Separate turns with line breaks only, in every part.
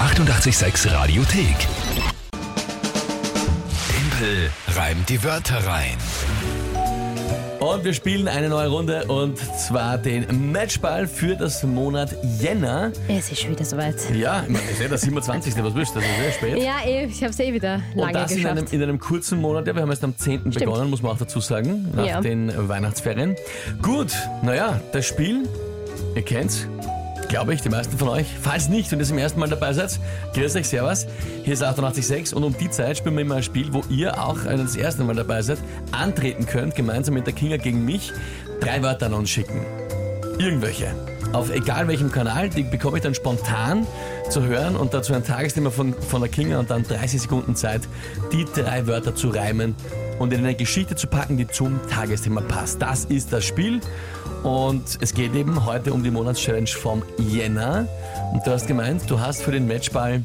886 Radiothek. Tempel reimt die Wörter rein.
Und wir spielen eine neue Runde und zwar den Matchball für das Monat Jänner.
Es ist schon wieder soweit.
Ja, ich meine, das ist ja der 27. Was willst du? Das ist sehr spät.
Ja, eh, ich habe es eh wieder lange
und das in
geschafft.
einem, in einem kurzen Monat. Ja, wir haben erst am 10. begonnen, muss man auch dazu sagen, nach
Ja.
den Weihnachtsferien. Gut, naja, das Spiel, ihr kennt's, glaube ich, die meisten von euch. Falls nicht und ihr zum ersten Mal dabei seid, grüß euch, servus. Hier ist 886 und um die Zeit spielen wir immer ein Spiel, wo ihr auch wenn ihr das erste Mal dabei seid, antreten könnt, gemeinsam mit der Kinga gegen mich, drei Wörter an uns schicken. Irgendwelche. Auf egal welchem Kanal, die bekomme ich dann spontan zu hören und dazu ein Tagesthema von, von der Kinga und dann 30 Sekunden Zeit, die drei Wörter zu reimen und in eine Geschichte zu packen, die zum Tagesthema passt. Das ist das Spiel und es geht eben heute um die Monatschallenge vom Jänner und du hast gemeint, du hast für den Matchball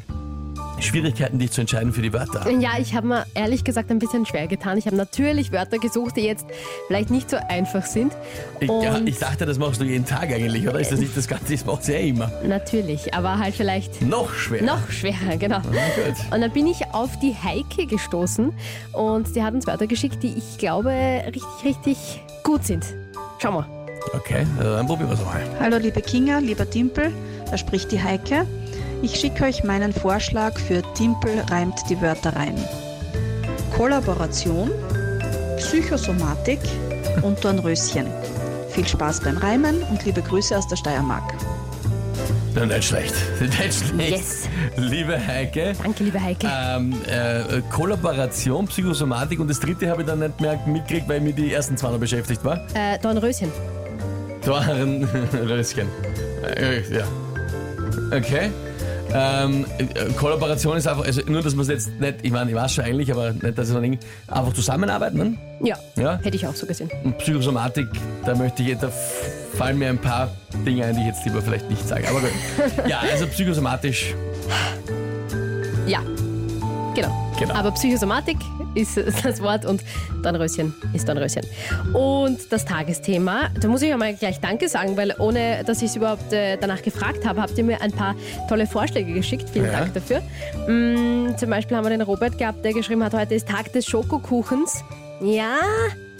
Schwierigkeiten, dich zu entscheiden für die Wörter.
Ja, ich habe mir ehrlich gesagt ein bisschen schwer getan. Ich habe natürlich Wörter gesucht, die jetzt vielleicht nicht so einfach sind.
Ich,
Und
ja, ich dachte, das machst du jeden Tag eigentlich, oder? Ist das nicht das Ganze? Das machst du ja immer.
natürlich, aber halt vielleicht
Noch schwer.
noch schwerer, genau.
Gut.
Und dann bin ich auf die Heike gestoßen und die hat uns Wörter geschickt, die ich glaube richtig, richtig gut sind. Schau mal.
Okay, also dann probieren wir es mal.
Hallo liebe Kinga, lieber Timpel, da spricht die Heike. Ich schicke euch meinen Vorschlag für Timpel reimt die Wörter rein. Kollaboration, Psychosomatik und Dornröschen. Viel Spaß beim Reimen und liebe Grüße aus der Steiermark.
Na, nicht schlecht. Nicht schlecht.
Yes.
Liebe Heike.
Danke, liebe Heike.
Ähm, äh, Kollaboration, Psychosomatik und das dritte habe ich dann nicht mehr mitgekriegt, weil ich mit die ersten zwei noch beschäftigt war.
Äh, Dornröschen.
Dornröschen. Äh, ja. Okay. Ähm, äh, Kollaboration ist einfach, also nur, dass man es jetzt nicht, ich meine, ich weiß schon eigentlich, aber nicht, dass es dann irgendwie- einfach zusammenarbeiten, ne?
Ja,
Ja?
hätte ich auch so gesehen.
Und Psychosomatik, da möchte ich, da f- fallen mir ein paar Dinge ein, die ich jetzt lieber vielleicht nicht sage. Aber gut. Ja, also psychosomatisch,
Ja, genau.
Genau.
Aber Psychosomatik ist das Wort und Dornröschen ist Dornröschen. Und das Tagesthema, da muss ich einmal gleich Danke sagen, weil ohne, dass ich es überhaupt äh, danach gefragt habe, habt ihr mir ein paar tolle Vorschläge geschickt. Vielen
Ja.
Dank dafür. Mm, zum Beispiel haben wir den Robert gehabt, der geschrieben hat, heute ist Tag des Schokokuchens. Ja,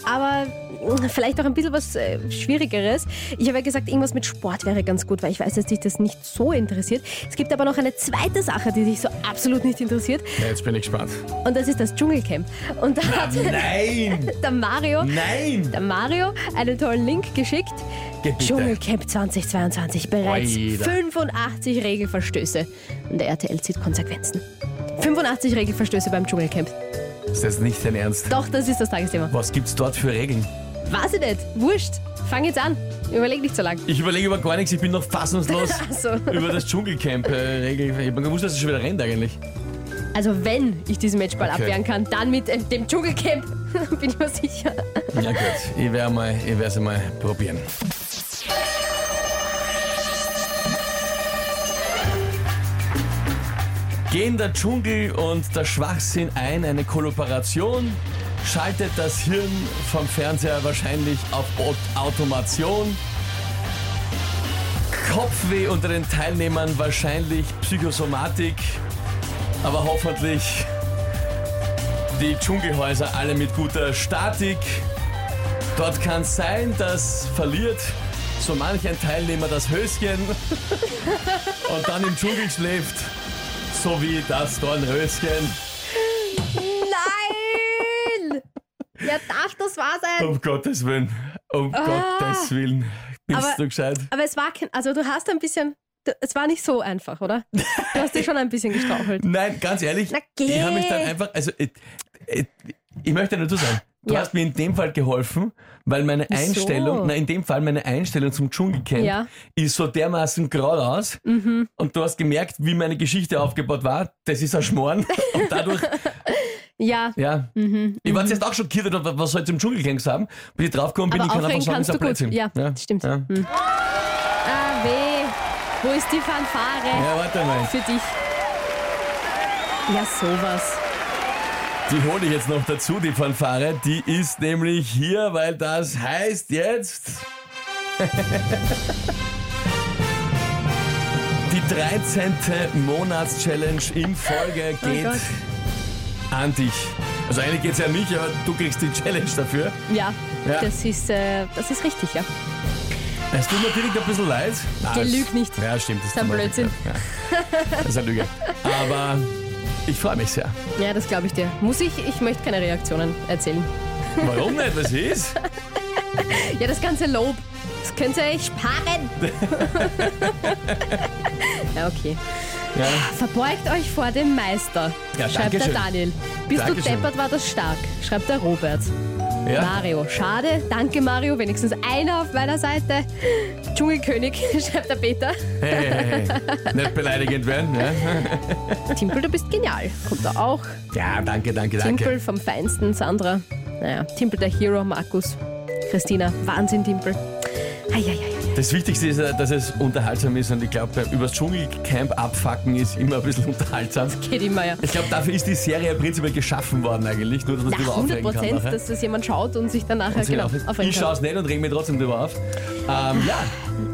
aber mm, vielleicht auch ein bisschen was äh, Schwierigeres. Ich habe ja gesagt, irgendwas mit Sport wäre ganz gut, weil ich weiß, dass dich das nicht so interessiert. Es gibt aber noch eine zweite Sache, die dich so absolut nicht interessiert.
ja, jetzt bin ich gespannt.
Und das ist das Dschungelcamp. Und da hat
Nein!
der Mario,
Nein!
der Mario einen tollen Link geschickt.
Geh bitte.
Dschungelcamp 2022, bereits
Oida.
85 Regelverstöße. Und der RTL zieht Konsequenzen. 85 Regelverstöße beim Dschungelcamp.
Ist das nicht dein Ernst?
Doch, das ist das Tagesthema.
Was gibt's dort für Regeln?
Weiß ich nicht. Wurscht. Fang jetzt an. Überleg nicht so lang.
Ich überlege über gar nichts, ich bin noch fassungslos
Also,
über das Dschungelcamp-Regel. Ich habe gewusst, dass es schon wieder rennt eigentlich.
also wenn ich diesen Matchball
Okay.
abwehren kann, dann mit äh, dem Dschungelcamp. Bin ich mir sicher.
Ja gut, ich werde mal, ich werde es mal probieren. Gehen der Dschungel und der Schwachsinn ein, eine Kollaboration, schaltet das Hirn vom Fernseher wahrscheinlich auf Ot- Automation. Kopfweh unter den Teilnehmern wahrscheinlich Psychosomatik, aber hoffentlich die Dschungelhäuser alle mit guter Statik. Dort kann es sein, dass verliert so manch ein Teilnehmer das Höschen und dann im Dschungel schläft, so wie das Dornröschen.
Nein! Ja, darf das wahr sein?
Um Gottes Willen, um Gottes Willen. Bist
Aber-
du gescheit?
Aber es war kein, also du hast ein bisschen, du- es war nicht so einfach, oder? Du hast dich schon ein bisschen gestrauchelt.
Nein, ganz ehrlich,
Na geh.
ich habe mich dann einfach, also ich, ich, ich möchte nur zu sagen, du
Ja.
hast mir in dem Fall geholfen, weil meine
Wieso?
Einstellung, na in dem Fall meine Einstellung zum Dschungelcamp
Ja. Mhm.
ist so dermaßen geradeaus und du hast gemerkt, wie meine Geschichte aufgebaut war, das ist ein Schmoren und dadurch,
Ja,
ja,
Mhm,
ich war zuerst auch schockiert, oder was soll ich zum Dschungelcamp haben, bin ich draufgekommen, bin,
aber
ich kann einfach
aufregen
sagen, das
kannst
ist
du
ein
gut.
Blödsinn.
Ja, stimmt.
Ja.
Hm. Ah, weh. Wo ist die Fanfare
ja, warte mal,
für dich? Ja, sowas.
die hole ich jetzt noch dazu, die Fanfare, die ist nämlich hier, weil das heißt jetzt... Die 13. Monatschallenge in Folge
Oh
geht
Gott.
an dich. Also eigentlich geht es ja an mich, aber du kriegst die Challenge dafür.
Ja,
Ja.
Das, ist, äh, das ist richtig, ja.
Es tut mir direkt ein bisschen leid. Nein,
Die
es-
lügt nicht.
Ja, stimmt. Das
ist ein
tut mir leid.
Blödsinn.
Ja. Das ist eine Lüge. Aber ich freue mich sehr.
Ja, das glaube ich dir. Muss ich, ich möchte keine Reaktionen erzählen.
Warum nicht? Was ist?
Ja, das ganze Lob, das könnt ihr euch sparen. ja, okay.
Ja.
Verbeugt euch vor dem Meister,
Ja,
schreibt der
Dankeschön.
Daniel. Bist
Dankeschön.
du deppert, war das stark, schreibt der Robert.
ja.
Mario, schade. Danke, Mario. Wenigstens einer auf meiner Seite. Dschungelkönig, schreibt der Peter.
Hey, hey, hey. Nicht beleidigend werden. Ja,
Timpel, du bist genial. Kommt da auch.
ja danke, danke, danke.
Timpel vom Feinsten, Sandra. Naja, Timpel der Hero, Markus. Christina, Wahnsinn, Timpel. Eieiei.
Das Wichtigste ist, ja, dass es unterhaltsam ist und ich glaube, übers Dschungelcamp abfacken ist immer ein bisschen unterhaltsam.
Geht immer, ja.
Ich glaube, dafür ist die Serie prinzipiell geschaffen worden eigentlich, nur dass man
Nach
drüber
100
aufregen kann.
Prozent,
nachher.
dass das jemand schaut und sich dann nachher
Und sich
genau,
aufregt.
aufregen
ich schaue
kann.
es nicht und reg mich trotzdem drüber auf. Ähm, ja,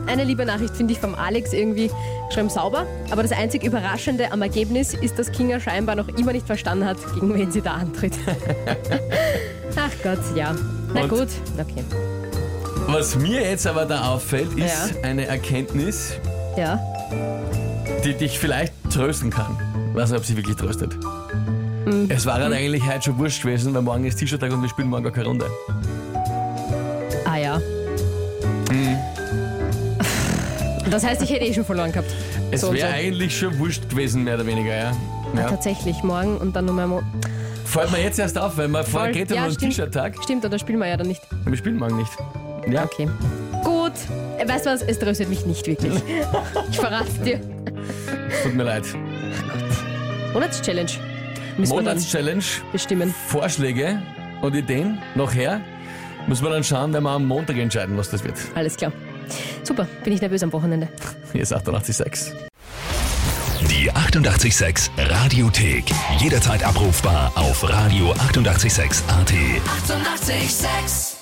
Eine liebe Nachricht finde ich vom Alex irgendwie schon sauber. Aber das einzig Überraschende am Ergebnis ist, dass Kinga scheinbar noch immer nicht verstanden hat, gegen wen sie da antritt. Ach Gott, ja. Na
Und-
gut, okay.
was mir jetzt aber da auffällt, ist
Ja.
eine Erkenntnis,
Ja.
die dich vielleicht trösten kann. Weiß nicht, ob sie wirklich tröstet.
Hm.
Es war dann eigentlich heute schon wurscht gewesen, weil morgen ist T-Shirt-Tag und wir spielen morgen gar keine Runde.
Ah ja.
Mhm.
Das heißt, ich hätte eh schon verloren gehabt.
Es
So und
wäre
so.
eigentlich schon wurscht gewesen, mehr oder weniger, ja. ja.
Tatsächlich, morgen und dann nochmal am Mo-
Fällt mir jetzt erst auf, weil wir vorher
Voll.
geredet haben
Ja,
über den
stimmt.
T-Shirt-Tag.
Stimmt, oder spielen wir ja dann nicht.
Und wir spielen morgen nicht. Ja,
Okay. Gut. Äh, Weißt du was? Es tröstet mich nicht wirklich. Ich verrate dir.
tut mir leid.
Monatschallenge. Müssen wir dann
Monatschallenge,
bestimmen.
Vorschläge und Ideen noch her. Müssen wir dann schauen, wenn wir am Montag entscheiden, was das wird.
Alles klar. Super, bin ich nervös am Wochenende.
Hier ist 886.
Die 886 Radiothek. Jederzeit abrufbar auf radio886.at. 886!
886